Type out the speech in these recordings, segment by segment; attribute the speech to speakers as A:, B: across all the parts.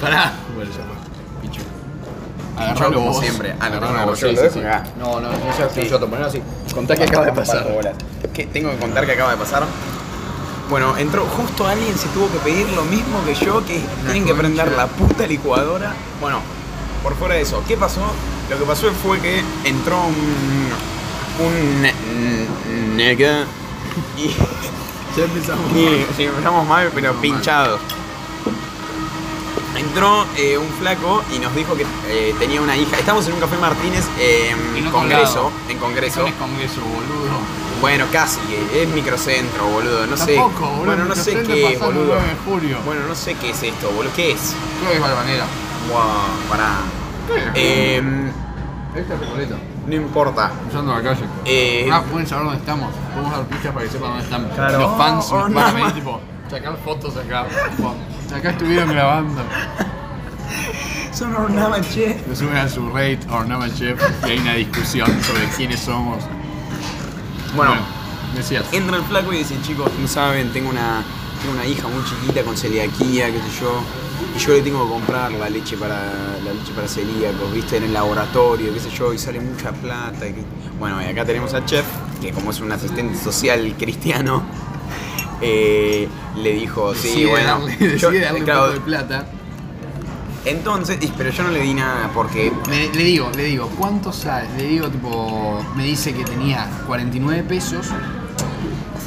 A: Pará. Bueno, ya fue. Pichu. Agarralo
B: como
A: vos.
B: siempre. Ah, no,
A: Agarralo
B: no,
A: vos,
B: yo
A: sí,
B: lo
A: sí,
B: dejo
A: sí.
B: acá.
A: No, no, no seas
B: Sí.
A: choto, ponelo así. Contá qué acaba de pasar.
B: ¿Qué tengo que contar que acaba de pasar? Bueno, entró justo alguien, se tuvo que pedir lo mismo que yo, que tienen que prender la puta licuadora. Bueno, por fuera de eso, ¿qué pasó? Lo que pasó fue que entró un... un... ne- n- nega y...
A: Ya empezamos.
B: Sí, sí, empezamos mal, pero
A: mal.
B: pinchados. Entró eh, un flaco y nos dijo que eh, tenía una hija. Estamos en un café Martínez eh,
C: Y
B: en
C: no
B: Congreso.
C: colgado.
B: En
C: Eso
B: Congreso.
C: no es congreso, boludo.
B: Bueno, casi, eh, es microcentro, boludo. No sé.
C: Tampoco, boludo.
B: bueno, no sé
C: Microcentro
B: qué es,
C: pasando el
B: boludo.
C: 9 de julio.
B: Bueno, no sé qué es esto, boludo. ¿Qué es?
C: Creo que es Eh, Balvanera.
B: Wow, pará. Em,
C: Esta es Recoleta.
B: no importa.
C: Cruzando la calle.
B: Eh,
C: Ah, pueden saber dónde estamos. Podemos dar pistas para que sepan dónde están.
B: Claro.
C: Los fans
B: Oh,
C: nos van a
B: no.
C: pedir, tipo, sacar fotos acá. Tipo, Acá estuvieron grabando.
B: Son ornama, che.
C: Lo suben a su rate Ornama Chef y hay una discusión sobre quiénes somos.
B: bueno.
C: decías.
B: Entra el flaco y dice, chicos, no saben, tengo una, tengo una hija muy chiquita con celiaquía, qué sé yo, y yo le tengo que comprar la leche para la leche para celíacos, viste, en el laboratorio, qué sé yo, y sale mucha plata. y qué- Bueno, y acá tenemos al chef, que como es un asistente social cristiano, eh, le dijo, sí,
C: Decide
B: bueno,
C: darle-
B: yo-
C: decide darle un
B: claro,
C: poco de plata.
B: entonces, y- pero yo no le di nada porque
C: Le, le digo, le digo, ¿cuánto sabes? Le digo, tipo, me dice que tenía 49 pesos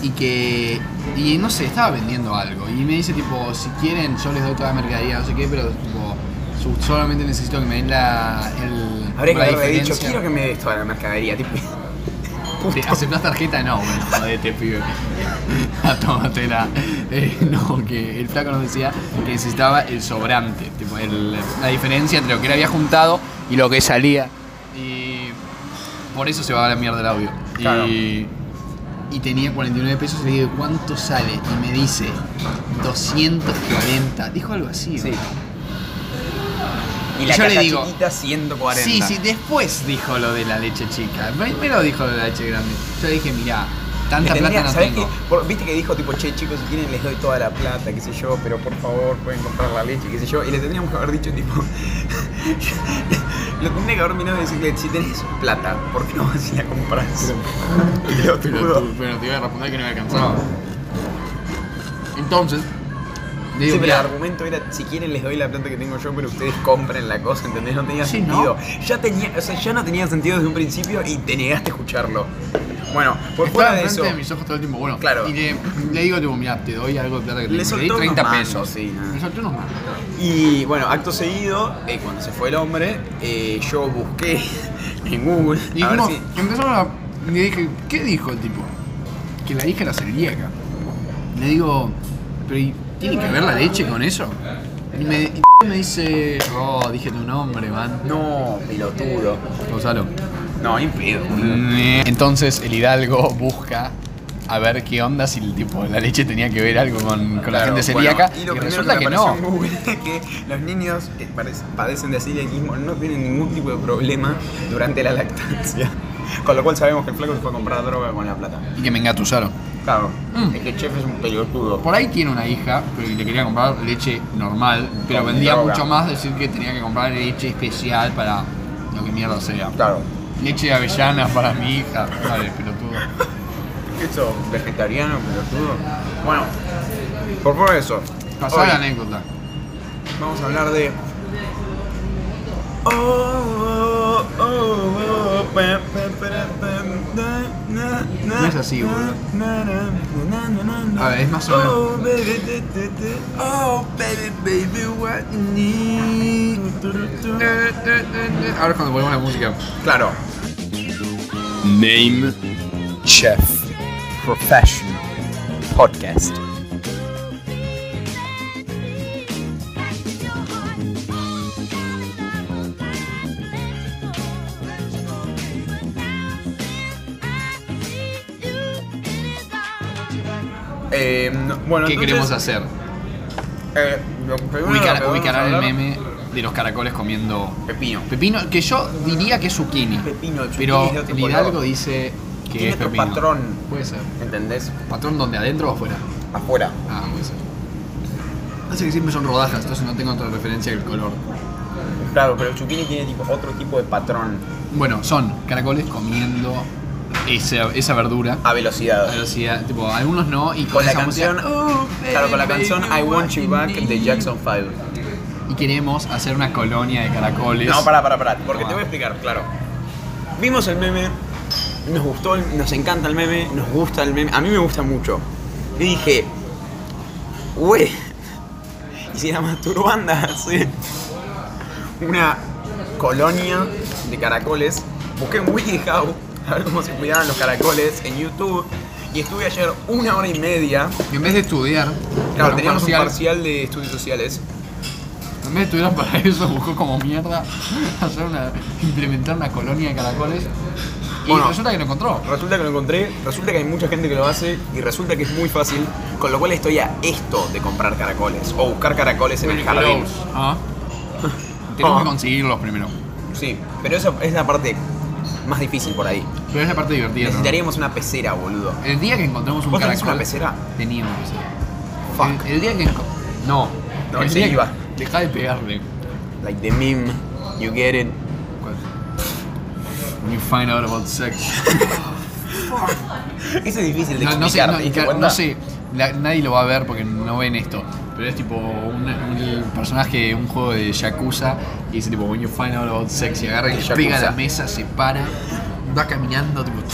C: y que, y no sé, estaba vendiendo algo. Y me dice, tipo, si quieren, yo les doy toda la mercadería, no sé qué, pero, tipo, su- solamente necesito que me den la. El,
B: habría que
C: la
B: haberle dicho,
C: diferencia.
B: quiero que me des toda la mercadería, tipo,
C: Te- ¿Aceptás tarjeta? No, bueno, jodete, pibe. A tómatela. Eh, no, que el flaco nos decía que necesitaba el sobrante, tipo, el- la diferencia entre lo que él había juntado y lo que salía. Y por eso se va a la mierda el audio.
B: Claro.
C: Y, y tenía 49 pesos y le digo, ¿cuánto sale? Y me dice, 240. Dijo algo así. ¿o
B: sí.
C: no?
B: Y la
C: Yo le
B: caja
C: digo,
B: chiquita 140.
C: Sí, sí, después dijo lo de la leche chica. Primero dijo lo de la leche grande. Yo dije, mirá, tanta
B: Le
C: plata
B: tendría-
C: no
B: ¿sabés
C: tengo.
B: qué? Por- Viste que dijo tipo, che chicos, si quieren les doy toda la plata, qué sé yo, pero por favor pueden comprar la leche, qué sé yo. Y le tendríamos que haber dicho tipo, lo tendría que haber mirado y decirle, si tenés plata, ¿por qué no vas y la compras?
C: Pero, tú- pero te iba a responder que no me alcanzaba. Entonces, le digo,
B: Sí, pero el
C: mirá,
B: argumento era, si quieren les doy la plata que tengo yo, pero ustedes compren la cosa, ¿entendés? No tenía
C: Sí,
B: sentido.
C: ¿no?
B: Ya tenía, o sea, ya no tenía sentido desde un principio y te negaste a escucharlo. Bueno, por
C: estaba
B: fuera de
C: enfrente
B: eso,
C: de mis ojos todo el tiempo. Bueno,
B: Claro.
C: y le, le digo, tipo, mirá, te doy algo de plata que
B: Le
C: tengo. di
B: soltó unos
C: 30
B: mangos,
C: pesos.
B: sí, nada.
C: Me soltó unos mangos.
B: Y bueno, acto seguido, eh, cuando se fue el hombre, eh, yo busqué en Google.
C: Y
B: a ver
C: dijimos,
B: si-
C: empezaron a. Y le dije, ¿qué dijo el tipo? Que la hija era celíaca. Le digo, ¿pero y tiene que ver la leche con eso? Y me, y me dice, oh, dije tu nombre, man.
B: No, pelotudo.
C: Gonzalo.
B: No, ni pedo,
C: Mm,
B: boludo.
C: Entonces el hidalgo busca a ver qué onda si el tipo la leche tenía que ver algo con, con la
B: Claro,
C: gente
B: bueno,
C: celíaca.
B: y
C: y
B: lo primero
C: resulta
B: que,
C: que,
B: me
C: no.
B: apareció en Google es que los niños que parec- padecen de celiaquismo no tienen ningún tipo de problema durante la lactancia. Con lo cual sabemos que el flaco se fue a comprar droga con la plata.
C: Y que me engatusaron.
B: Claro,
C: Mm.
B: es que el chef es un pelotudo.
C: Por ahí tiene una hija, pero le quería comprar leche normal, pero
B: Con
C: vendía
B: droga.
C: mucho más decir que tenía que comprar leche especial para lo que mierda sea.
B: Claro.
C: Leche de avellana para mi hija. Vale, pelotudo.
B: Eso, vegetariano, pelotudo. Bueno, por favor eso.
C: Pasá
B: Hoy-
C: la anécdota.
B: Vamos a hablar de. Oh, oh, oh, oh, pa, pa, para, pa, na, na, na,
C: No es así,
B: na,
C: boludo.
B: na, na, na, na, na, na.
C: A ver, es más o menos.
B: Oh, baby, te, te, te. Oh, baby, baby, what you need. Tu, tu, tu.
C: Ahora es cuando ponemos la música.
B: Claro.
D: Name
B: Chef. Professional. Podcast. Eh, no- bueno,
C: ¿Qué
B: entonces,
C: queremos hacer?
B: Eh, lo primero
C: Ubicar,
B: que podemos
C: ubicarán el
B: hablar-
C: meme de los caracoles comiendo
B: Pepino.
C: pepino, que yo diría que es zucchini.
B: Pepino, el zucchini es
C: Pero
B: de otro
C: el
B: color.
C: hidalgo dice que
B: Tiene
C: es
B: otro
C: pepino.
B: patrón.
C: Puede ser.
B: ¿Entendés?
C: ¿Patrón donde adentro o afuera?
B: Afuera.
C: Ah, puede ser. Pasa que siempre son rodajas, entonces no tengo otra referencia que el color.
B: Claro, pero el zucchini tiene tipo, otro tipo de patrón
C: Bueno, son caracoles comiendo esa, esa verdura.
B: a velocidad.
C: A velocidad, tipo, algunos no, y con,
B: Con la
C: esa música,
B: canción-
C: "Oh,
B: Claro, con la
C: baby,
B: canción I Want You Back de Jackson 5.
C: Y queremos hacer una colonia de caracoles.
B: No, pará, pará, pará. Porque
C: No, va.
B: te voy a explicar, claro. Vimos el meme, nos gustó, el- nos encanta el meme, nos gusta el meme. A mí me gusta mucho. Y dije, güey, y si la masturbanda hace una colonia de caracoles, busqué en WikiHow a ver cómo se cuidaban los caracoles en YouTube. Y estuve ayer una hora y media.
C: Y en vez de estudiar, para
B: Claro,
C: un
B: teníamos un
C: parcial,
B: parcial de estudios sociales.
C: en vez de estudiar para eso, buscó como mierda hacer una, implementar una colonia de caracoles. Y
B: Bueno.
C: resulta que lo encontró.
B: Resulta que lo encontré, resulta que hay mucha gente que lo hace y resulta que es muy fácil, con lo cual estoy a esto de comprar caracoles o buscar caracoles en el jardín.
C: Ah. Tenemos
B: Ah.
C: que conseguirlos primero.
B: Sí, pero esa es la parte más difícil por ahí.
C: Pero es la parte divertida. ¿no?
B: Necesitaríamos una pecera, boludo.
C: El día que encontremos un
B: ¿Vos tenés
C: caracol.
B: una pecera?
C: Teníamos que hacer.
B: Fuck.
C: El, el día que enco- No.
B: No,
C: el
B: se
C: día
B: iba.
C: Que... Deja de pegarle.
B: Like the meme, you get it.
C: When you find out about sex.
B: Eso es difícil de
C: No,
B: explicar,
C: no sé, no,
B: ¿te diste
C: ca-
B: cuenta?
C: no sé. La- nadie lo va a ver porque no ven esto. Pero es tipo un, un personaje, un juego de Yakuza. Y dice tipo, when you find out about sex. Y agarra y le
B: Yakuza.
C: pega a la mesa, se para. Va caminando tipo...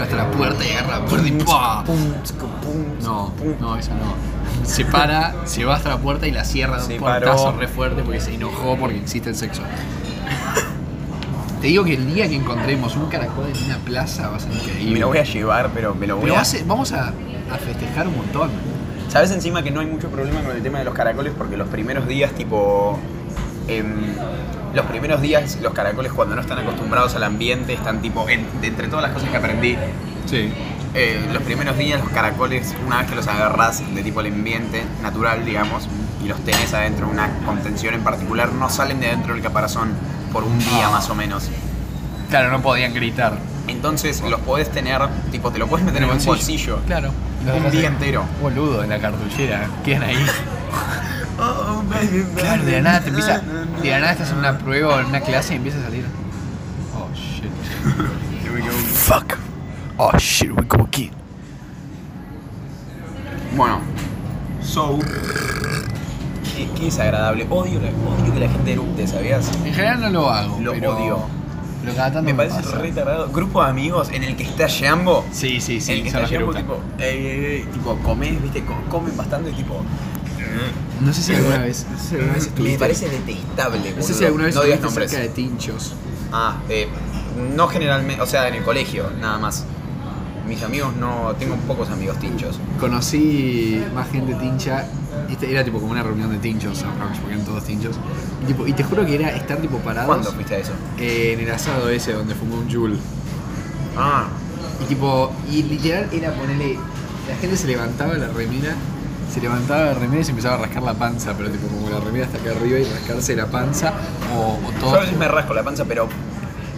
C: Hasta la puerta y agarra la puerta y ¡pua!
B: Pum, tsk, pum, tsk,
C: No,
B: pum.
C: no, eso no. Se para, se va hasta la puerta y la cierra de
B: Se
C: un portazo
B: paró.
C: re fuerte porque se enojó porque existe el sexo. Te digo que el día que encontremos un caracol en una plaza va a ser increíble.
B: Me lo voy a llevar, pero me lo voy
C: Pero va
B: a...
C: a ser- vamos a, a festejar un montón.
B: Sabes encima que no hay mucho problema con el tema de los caracoles porque los primeros días, tipo. em, los primeros días, los caracoles, cuando no están acostumbrados al ambiente, están tipo. en- de entre todas las cosas que aprendí,
C: Sí.
B: eh, los primeros días, los caracoles, una vez que los agarras de tipo el ambiente natural, digamos, y los tenés adentro, una contención en particular, no salen de adentro del caparazón por un día más o menos.
C: Claro, no podían gritar.
B: Entonces los podés tener, tipo, te lo podés meter en un bolsillo.
C: Claro.
B: Un
C: Los
B: día
C: dejas ahí.
B: entero.
C: Boludo, en la cartuchera. Quedan ahí.
B: Oh,
C: Claro, de la nada te empieza. De la nada estás en una prueba o en una clase y empieza a salir. Oh shit. Fuck. Oh shit, we go again.
B: Bueno, so. Qué, qué desagradable. Odio, la- odio que la gente erupte, ¿sabías?
C: En general no lo hago.
B: Lo
C: pero,
B: odio.
C: Pero cada tanto
B: Me
C: me,
B: parece
C: pasa.
B: re tardado. Grupo de amigos en el que está Jambo.
C: Sí, sí,
B: en el
C: sí.
B: que
C: son
B: está
C: los que
B: Jambo,
C: gustan.
B: tipo, ey, ey, ey, tipo, comés, viste, Co- comen bastante, tipo.
C: No sé si alguna vez. No sé si alguna vez
B: Me
C: estuviste-
B: parece detestable.
C: No sé si
B: boludo.
C: alguna vez
B: no digas
C: estuviste
B: nombres.
C: cerca de tinchos.
B: Ah, eh, no generalmente, o sea, en el colegio, nada más. Mis amigos no. Tengo pocos amigos tinchos.
C: conocí más gente tincha. Este era tipo como una reunión de tinchos, aprox, porque eran todos tinchos. Y, tipo, y te juro que era estar tipo parados
B: ¿Cuándo fuiste a eso?
C: eh, en el asado ese donde fumó un Jul.
B: Ah,
C: Y tipo, y literal era ponerle. La gente se levantaba la remera, se levantaba la remera y se empezaba a rascar la panza, pero tipo como la remera hasta acá arriba y rascarse la panza o, o
B: Yo
C: todo.
B: a veces me rasco la panza, pero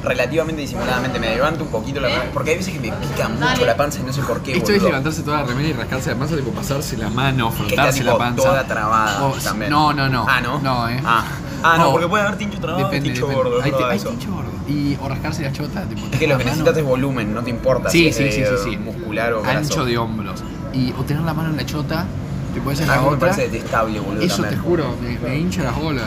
B: relativamente disimuladamente me levanto un poquito la panza. Porque hay veces que me pica mucho la panza y no sé por qué.
C: Esto es
B: boludo.
C: levantarse toda la remera y rascarse la panza, tipo pasarse la mano,
B: Que está
C: frotarse
B: tipo
C: la panza.
B: toda trabada
C: O-
B: también.
C: No, no, no.
B: Ah, ¿no?
C: No, eh.
B: Ah, Ah, no,
C: No.
B: porque puede haber tincho trabado
C: Depende,
B: y tincho
C: depende.
B: gordo. es
C: Hay, ti-
B: verdad
C: hay
B: eso.
C: tincho gordo. Y o rascarse la chota, tipo.
B: Es que lo que
C: tener la
B: necesitas es
C: mano-
B: volumen, no te importa si
C: Sí,
B: es
C: sí, sí, sí,
B: eh,
C: sí.
B: muscular o graso.
C: Ancho de hombros. Y o tener la mano en la chota, te puedes en
B: Ah,
C: la
B: me
C: otra.
B: parece detestable, boludo,
C: Eso
B: también.
C: te juro, me, me hincha las bolas.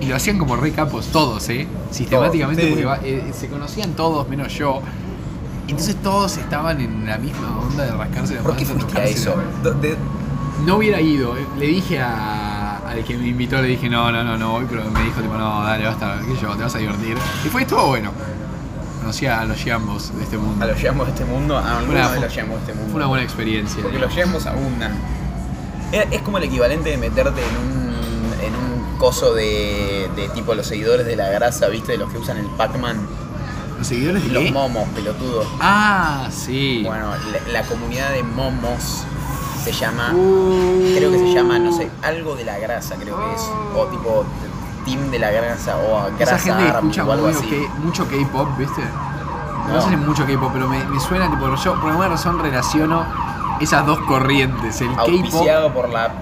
C: Y lo hacían como re capos, todos, ¿eh? Sistemáticamente,
B: Todos,
C: porque
B: sí.
C: va- eh, se conocían todos menos yo. Entonces todos estaban en la misma onda de rascarse la
B: ¿Por qué
C: panza,
B: fuiste a
C: tocarse
B: eso?
C: la-
B: Do- de-
C: No hubiera ido. eh. Le dije a, al que me invitó, le dije, no, no, no, no voy, pero me dijo, tipo, no, dale, basta, qué sé yo, te vas a divertir. Y fue todo bueno. Conocí a los yambos de este mundo.
B: A los llamos de este mundo, a algunos de
C: fu-
B: los llamos de este mundo.
C: Fue una buena experiencia.
B: Porque los yemos abundan. Es es como el equivalente de meterte en un, en un coso de, de tipo los seguidores de la grasa, ¿viste? De los que usan el Pac-Man.
C: Los seguidores de
B: Los
C: qué?
B: momos, pelotudos.
C: Ah, sí.
B: Bueno, la, la comunidad de momos se llama.
C: Uh.
B: Creo que se llama, no sé, algo de la grasa, creo que es. O tipo Team de la grasa o a
C: Esa
B: grasa
C: gente que
B: Army
C: escucha
B: o algo
C: mucho
B: así.
C: K- mucho K-pop, ¿viste? No,
B: No.
C: sé si mucho K-pop, pero me, me suena, tipo, yo por alguna razón relaciono esas dos corrientes, el K-pop Ah.
B: Auspiciado por la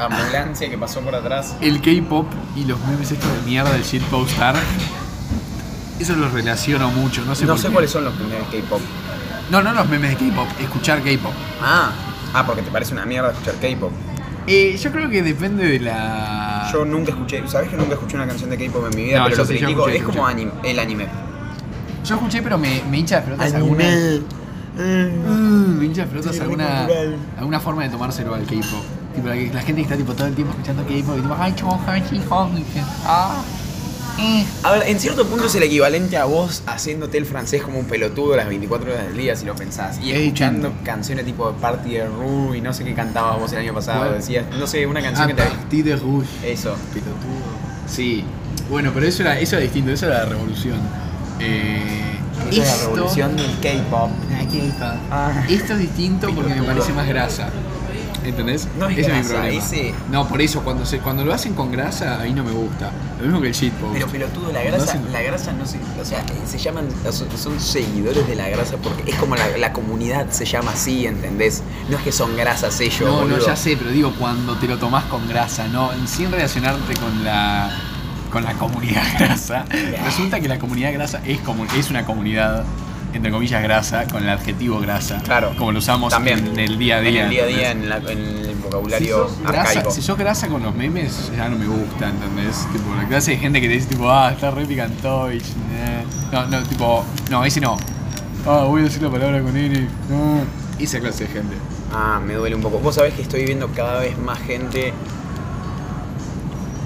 B: ambulancia que pasó por atrás.
C: El K-pop y los memes estos de mierda del shitpostar. Eso los relaciono mucho, no sé
B: no
C: por
B: sé
C: qué.
B: cuáles son los primeros K-pop.
C: No, no los memes de K-pop, escuchar K-pop.
B: Ah, ah, porque te parece una mierda escuchar K-pop.
C: Eh, yo creo que depende de la.
B: Yo nunca escuché, ¿sabes que nunca escuché una canción de K-pop en mi vida?
C: Ah. No,
B: pero
C: yo
B: lo
C: sí, yo
B: critico,
C: escuché,
B: es
C: escuché.
B: como anime- el anime.
C: Yo escuché, pero me, me hincha de pelotas alguna. Mm, me hincha de pelotas alguna, alguna forma de tomárselo al K-pop. Tipo, la, la gente que está tipo, todo el tiempo escuchando K-pop y tipo, ay, chon, ay, chi, hon", y que, ah, eh.
B: A ver, en cierto punto es el equivalente a vos haciéndote el francés como un pelotudo las 24 horas del día, si lo pensás. Y
C: Es
B: escuchando
C: distinto.
B: canciones tipo Party de Rue y no sé qué cantabas vos el año pasado.
C: ¿Cuál?
B: Decías, no sé, una
C: A
B: canción que te.
C: partir Ah, de Rouge.
B: Eso.
C: Pelotudo. Sí. Bueno, pero eso era, eso era distinto, eso era la revolución. Eh,
B: Esa es la
C: esto-
B: revolución del K-pop.
C: Aquí está.
B: Ah.
C: Esto es distinto porque me
B: Pelotudo.
C: parece más grasa. ¿Entendés?
B: No es
C: Ese mi
B: grasa,
C: problema.
B: ese-
C: No, por eso, cuando, se, cuando lo hacen con grasa, ahí no me gusta. Lo mismo que el shitpost.
B: Pero pelotudo, la
C: Cuando
B: grasa,
C: hacen-
B: la grasa no se. O sea, se llaman. Son, son seguidores de la grasa porque es como la, la comunidad se llama así, ¿entendés? No es que son grasas ellos.
C: no,
B: boludo.
C: no, ya sé, pero digo, cuando te lo tomás con grasa, no, sin relacionarte con la con la comunidad grasa. Resulta que la comunidad grasa es como es una comunidad entre comillas grasa con el adjetivo grasa.
B: Claro.
C: Como lo usamos
B: También.
C: en el día a día.
B: En el día a día,
C: ¿entendés?
B: en, la- en el
C: Si
B: vocabulario
C: sos,
B: arcaico.
C: grasa, si sos grasa con los memes, ya no me gusta, ¿entendés? Tipo, la clase de gente que te dice, tipo, ah, está re picantovich. nah". No, no, tipo, no, ese no. Ah, voy a decir la palabra con N. No. Esa clase de gente.
B: Ah, me duele un poco. Vos sabés que estoy viendo cada vez más gente.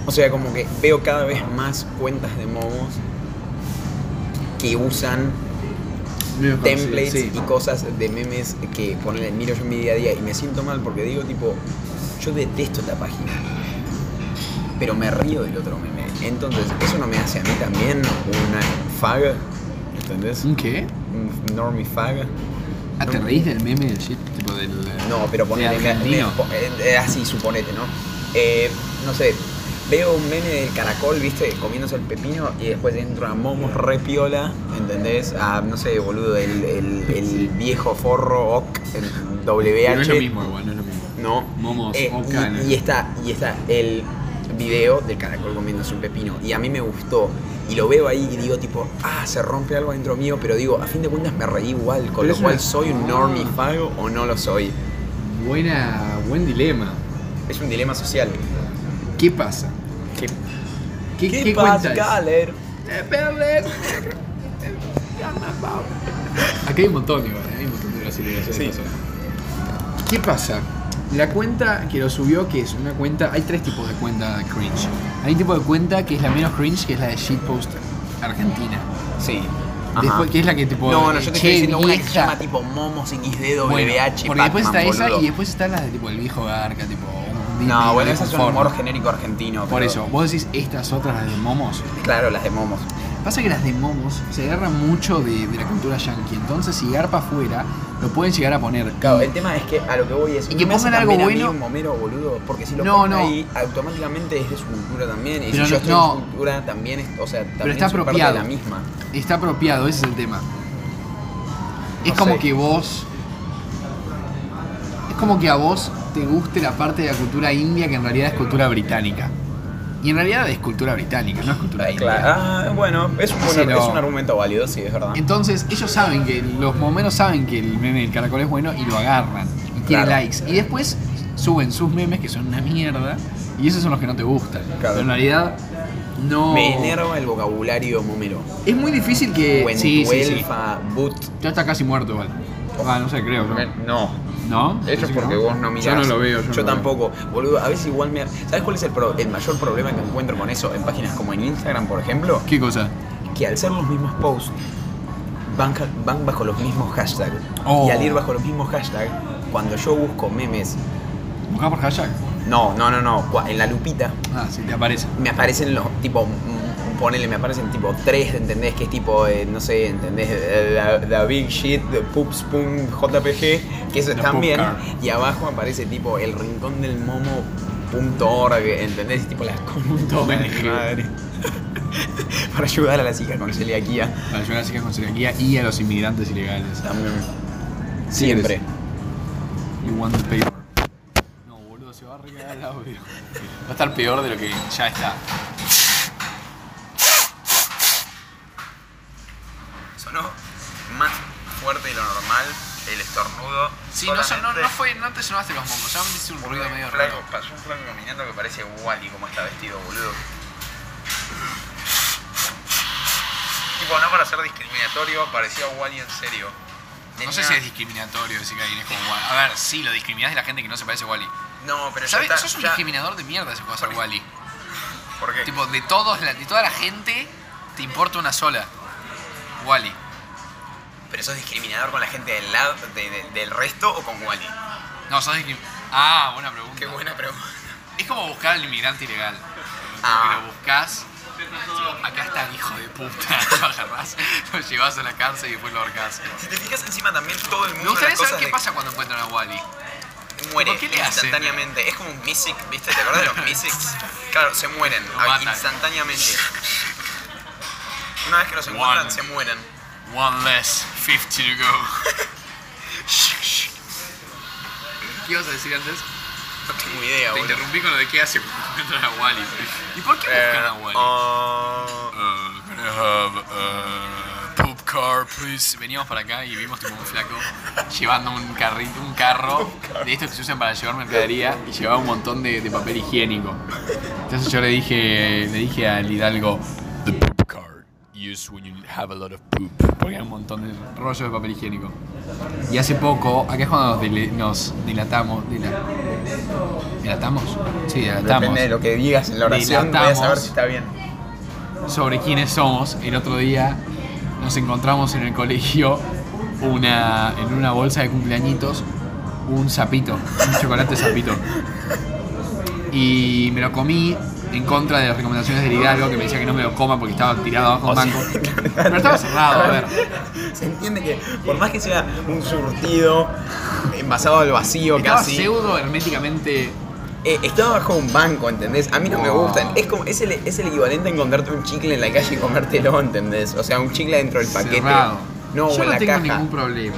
B: O sea, como que veo cada vez más cuentas de momos que usan
C: Medio conocido,
B: templates
C: sí.
B: y cosas de memes que ponele, miro yo en mi día a día y me siento mal porque digo tipo, yo detesto esta página, pero me río del otro meme. Entonces, eso no me hace a mí también una faga, ¿entendés?
C: ¿Un qué?
B: Un normie faga.
C: Ah, ¿te reís del meme del shit? Tipo del.
B: No, pero ponele.
C: del
B: me-
C: argentino.
B: me- po- eh, eh, así, suponete, ¿no? Eh, no sé, veo un meme del caracol, ¿viste? Comiéndose el pepino y después entra Momos repiola, ¿entendés? A, no sé, boludo, el, el- el viejo forro Oc, el
C: Pero no es lo
B: WH.
C: mismo, igual, no es lo mismo.
B: No.
C: Momos,
B: Eh,
C: Oc,
B: y-
C: Ana.
B: y, está, y está el video del caracol comiéndose un pepino. Y a mí me gustó. Y lo veo ahí y digo tipo, ah, se rompe algo adentro mío, pero digo, a fin de cuentas me reí igual, con
C: Pero
B: lo
C: es
B: cual
C: una-
B: soy un
C: Ah.
B: normie fago o no lo soy.
C: Buena, buen dilema.
B: Es un dilema social.
C: ¿Qué pasa?
B: ¿Qué,
C: ¿Qué, qué cuenta es?
B: Galer?
C: Eh, perles. Aquí hay un montón igual, ¿eh? hay un montón de brasileños. ya de
B: Sí.
C: paso. ¿Qué pasa? La cuenta que lo subió, que es una cuenta, hay tres tipos de cuenta cringe. Hay un tipo de cuenta que es la menos cringe, que es la de shitposter, argentina.
B: Sí.
C: Después, que es la que tipo. eh,
B: no, no, yo te
C: "Che,
B: estoy diciendo una que se
C: vieja".
B: llama tipo Momo sin XD,
C: Bueno,
B: WH,
C: Porque después está
B: Pac-Man,
C: esa
B: boludo.
C: y después están las de tipo el viejo garca, tipo. un Disney,
B: No, bueno,
C: de
B: ese es un
C: conforme.
B: humor genérico argentino.
C: Por
B: pero-
C: eso, vos decís estas otras, las de momos.
B: Claro, las de Momos.
C: Pasa que las de momos se agarran mucho de, de la cultura yankee, entonces si garpa fuera, lo pueden llegar a poner.
B: Claro, el tema es que a lo que voy es.
C: Y que
B: no me hace
C: pongan algo
B: también a mí
C: bueno.
B: un momero, boludo. Porque si lo
C: No,
B: ponen
C: no.
B: ahí, automáticamente es de su cultura también. Y
C: Pero
B: si
C: no-
B: yo estoy
C: no.
B: en su cultura también, es- o sea, también
C: está
B: soy parte de
C: apropiado.
B: la misma.
C: Está apropiado, ese es el tema. Es
B: este- No
C: como
B: sé.
C: que vos. Es como que a vos te guste la parte de la cultura india que en realidad es cultura británica. Y en realidad es cultura británica, no es cultura
B: Ay,
C: india.
B: claro. Ah, bueno, es un, buen-
C: Sí, no.
B: es un argumento válido, sí, es verdad.
C: Entonces ellos saben que los momeros saben que el meme del caracol es bueno y lo agarran y tiene
B: Claro.
C: likes y después suben sus memes que son una mierda y esos son los que no te gustan. Pero en realidad no
B: Me enerva el vocabulario momero.
C: es muy difícil que Eh, sí, sí, sí.
B: Wentuelfa, But.
C: Ya está casi muerto igual. Ah, no sé, creo yo.
B: No,
C: ¿No?
B: eso
C: ¿Sí
B: es
C: que
B: porque
C: no?
B: vos no mirás.
C: Yo no lo veo. Yo,
B: Yo,
C: no lo
B: tampoco. Boludo, a veces igual me. ¿Sabes cuál es el, pro- el mayor problema que encuentro con eso en páginas como en Instagram, por ejemplo?
C: veo. ¿Qué cosa?
B: Que al ser los mismos posts, van, ja- van bajo los mismos hashtags.
C: Oh.
B: Y al ir bajo los mismos hashtags, cuando yo busco memes.
C: ¿Buscás por hashtag?
B: No, no, no, no. cua- En la lupita
C: Ah, sí, te aparece.
B: me aparecen los tipo mm, ponele me aparecen tipo tres entendés que es tipo eh, no sé entendés la, la big shit the poop spoon jpg que eso
C: La
B: está
C: poop
B: bien
C: car.
B: y abajo aparece tipo el rincón del momo entendés tipo las con
C: ONG.
B: para ayudar a la chica con celiaquía
C: Para ayudar a las chicas con celiaquía y a los inmigrantes ilegales.
B: también
C: Sí,
B: siempre
C: You want the paper. No, boludo, se va a recagar el audio. Va a estar peor de lo que ya está.
E: Sonó más fuerte de lo normal el estornudo.
C: Sí, no, son- no,
E: Solamente
C: no fue, no te sonaste los mocos, ya me hice un ruido
E: un
C: medio
E: flaco-
C: raro.
E: Pasó un flaco caminando que parece Wally como está vestido, boludo. Tipo, no para ser discriminatorio, parecía Wally en serio.
C: No
E: Tenía-
C: sé si es discriminatorio decir que alguien es como Wally. A ver, sí, lo discriminás de la gente que no se parece a Wally.
E: No, pero ya
C: ¿Sabes?
E: está-
C: Sos un
E: ya-
C: discriminador de mierda si juegas a
E: Porque-
C: Wally.
E: ¿Por qué?
C: Tipo, de, todos, la- de toda la gente, te importa una sola. Wally.
E: ¿Pero sos discriminador con la gente del lado, de- de- del resto o con Wally?
C: No, sos discriminador. Ah, buena pregunta.
E: Qué buena pregunta.
C: Es como buscar al inmigrante ilegal.
E: Ah.
C: Lo buscas. Acá está el hijo de puta. Lo agarrás, lo llevas a la cárcel y después lo ahorcás.
E: Si te fijas encima también todo el mundo.
C: Me gustaría
E: las
C: saber
E: cosas
C: qué
E: de-
C: pasa cuando encuentran a Wally.
E: Muere
C: ¿Por qué le hacen? eh?
E: instantáneamente. Es como un Misic, ¿viste? ¿Te acuerdas de los Misics? Claro, se mueren
C: Lo
E: ah,
C: matan.
E: instantáneamente. Una vez que los encuentran,
C: One.
E: se mueren.
C: One less, 50 to go. ¿Qué ibas a decir antes?
E: No tengo idea,
C: Te
E: boludo.
C: interrumpí con lo de qué hace cuando encuentran a Wally. ¿Y por qué
E: Eh,
C: buscan a Wally?
E: ah,
C: Uh, can I have uh, poop car, please? Veníamos para acá y vimos tipo un flaco llevando un carrito, un carro de estos que se usan para llevar mercadería y llevaba un montón de, de papel higiénico. Entonces yo le dije, le dije al hidalgo, the poop car, used when you have a lot of poop. Porque hay un montón de rollos de papel higiénico. Y hace poco, acá es cuando nos, dile- nos dilatamos, dila- dilatamos, sí, dilatamos.
E: que digas en la
C: Dilatamos.
E: bien.
C: sobre quiénes somos. El otro día nos encontramos en el colegio una, en una bolsa de cumpleañitos un sapito, un chocolate sapito. Y me lo comí en contra de las recomendaciones del Hidalgo, que me decía que no me lo coma porque estaba tirado abajo un banco. Pero estaba cerrado, a ver.
B: Se entiende que por más que sea un surtido envasado al vacío
C: Estaba
B: casi,
C: pseudo herméticamente
B: eh, estaba bajo un banco, ¿entendés? A mí no me gustan. Es como es el, es el equivalente a encontrarte un chicle en la calle y comértelo, ¿entendés? O sea, un chicle dentro del paquete.
C: cerrado.
B: No, o
C: Yo
B: en
C: no
B: la
C: tengo
B: caja.
C: ningún problema.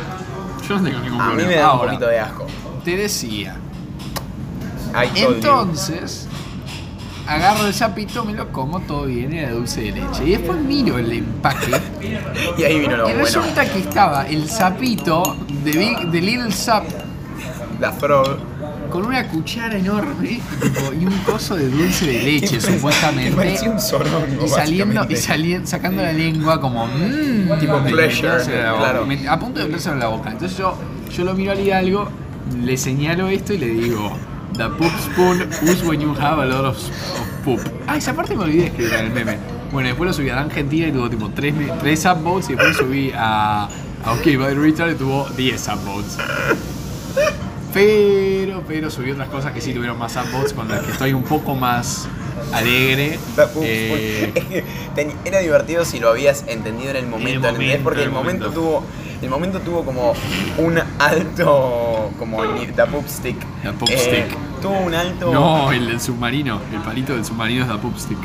C: Yo no tengo ningún
B: A
C: problema.
B: mí me da
C: Ahora,
B: un poquito de asco.
C: te decía,
B: Ay,
C: Entonces, agarro el sapito, me lo como todo bien, era dulce de leche. Y después miro el empaque
B: Y ahí vino lo
C: y
B: bueno.
C: resulta que estaba el sapito de, Big- de Little Sap
B: La frog.
C: con una cuchara enorme tipo, y un coso de dulce de leche, supuestamente.
B: Parecía un sorongo,
C: Y saliendo, y
B: básicamente.
C: saliendo, sacando la lengua como mmm,
B: Tipo pleasure, claro.
C: a punto de meterse en la boca. Entonces yo, yo lo miro al hidalgo, le señalo esto y le digo, the poop spoon is when you have a lot of, of poop. Ah, esa parte me olvidé de escribir en el meme. Bueno, después lo subí a Argentina y tuvo tipo 3 tres, tres upvotes y después lo subí a, a OK by Richard y tuvo 10 upvotes. Pero, pero subí otras cosas que sí tuvieron más upvotes con las que estoy un poco más alegre.
B: Da- uf,
C: Eh,
B: uf. Es que teni- era divertido si lo habías entendido en el momento, ¿entendés?
C: momento,
B: Porque
C: en el
B: el momento,
C: momento.
B: tuvo el momento tuvo como un alto como ni- da poop stick.
C: Da poop stick.
B: Tuvo un alto
C: No, el del submarino. El palito del submarino es la poop stick.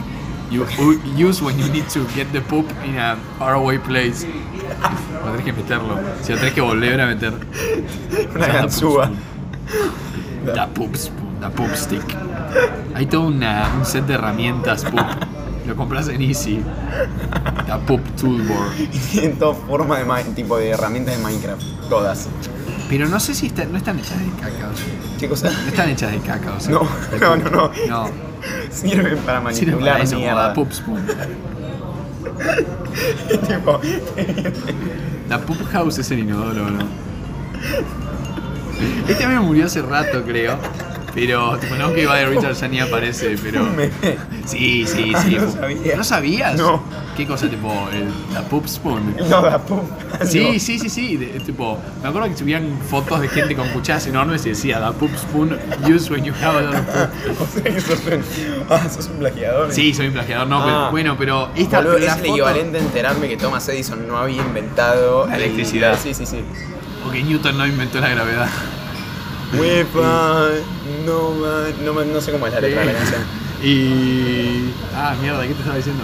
C: You u- use when you need to get the poop in a faraway place. Lo tenés que meterlo. Si lo tenés que volver a meter.
B: una
C: Da poop
B: ganzúa.
C: spoon. Da poop spoon, da poop stick. Hay todo una- un set de herramientas poop. Lo compras en Easy. Da poop toolboard.
B: Y en toda forma de ma- tipo de herramientas de Minecraft, todas.
C: Pero no sé si está- no están hechas de caca. o sea,
B: ¿Qué cosa?
C: No están hechas de caca. o sea,
B: eh, No, no, no, no.
C: No.
B: Sirven para
C: Sirve
B: manipular
C: para eso, como
B: mierda.
C: da poop spoon.
B: Tipo,
C: La Poop House es el inodoro, ¿no? Este me murió hace rato, creo. Pero, tipo, no que Buddy Richard ya ni aparece, pero.
B: un meme.
C: Sí, sí, sí.
B: Ah, no
C: fu-
B: sabía.
C: ¿No sabías?
B: No.
C: ¿Qué cosa, tipo, el- la Poop Spoon?
B: No, da poop.
C: Sí, sí, sí, sí. de- tipo, me acuerdo que subían fotos de gente con cucharas enormes y decía, la Poop Spoon, use when you have a lot of poop".
B: O sea que sos un, ah, sos un plagiador.
C: Sí, soy un plagiador, no, pero
B: Ah.
C: bueno, pero esta
B: Boludo,
C: pero la
B: es el
C: foto-
B: equivalente a enterarme que Thomas Edison no había inventado
C: La
B: el-
C: electricidad.
B: Sí, sí, sí.
C: O que Newton no inventó la gravedad.
B: We find no man- no, man- no sé cómo es la letra de la canción.
C: Y. Ah, mierda, ¿qué te estaba diciendo?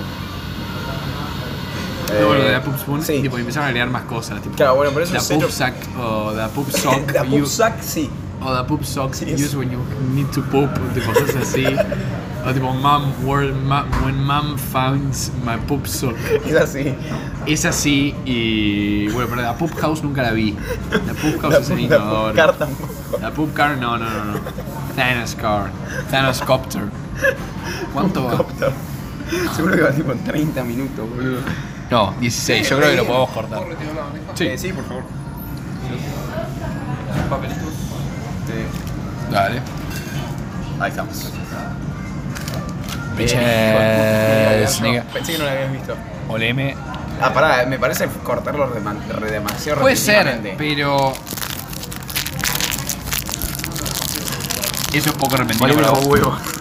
C: No, bueno, de la Poop Spoon,
B: Eh, sí.
C: tipo, empezaron a agregar más cosas. Tipo,
B: Claro, bueno, pero eso
C: la
B: es cero-
C: Poop Sack o la Poop Sock.
B: La
C: you-
B: Poop Sack, sí.
C: o the poop socks you use when you need to poop, tipo cosas así. O tipo, mom, where, ma- when mom finds my poop sock.
B: Es así.
C: Es así y. Bueno, pero la Poop House nunca la vi. La Poop House es el
B: La
C: inodoro.
B: Pupcar tampoco.
C: La Poop Car, no, no, no. no. Thanos Car. Thanos Copter. ¿Cuánto va?
B: Copter. Seguro que va tipo 30 minutos, boludo.
C: No, 16. Yo creo que lo podemos cortar.
B: Eh,
C: Sí,
F: sí, por favor.
C: dale.
B: Ahí estamos. Eh,
C: Bitches, nigga.
B: Pensé que Eh, no lo habías visto.
C: Oleme.
B: Ah, pará, me parece cortarlo de man- re- demasiado
C: Puede ser,
B: repetitivamente.
C: pero. Eso es poco repentino
B: Vale,
C: para
B: una
C: vos.
B: huevo.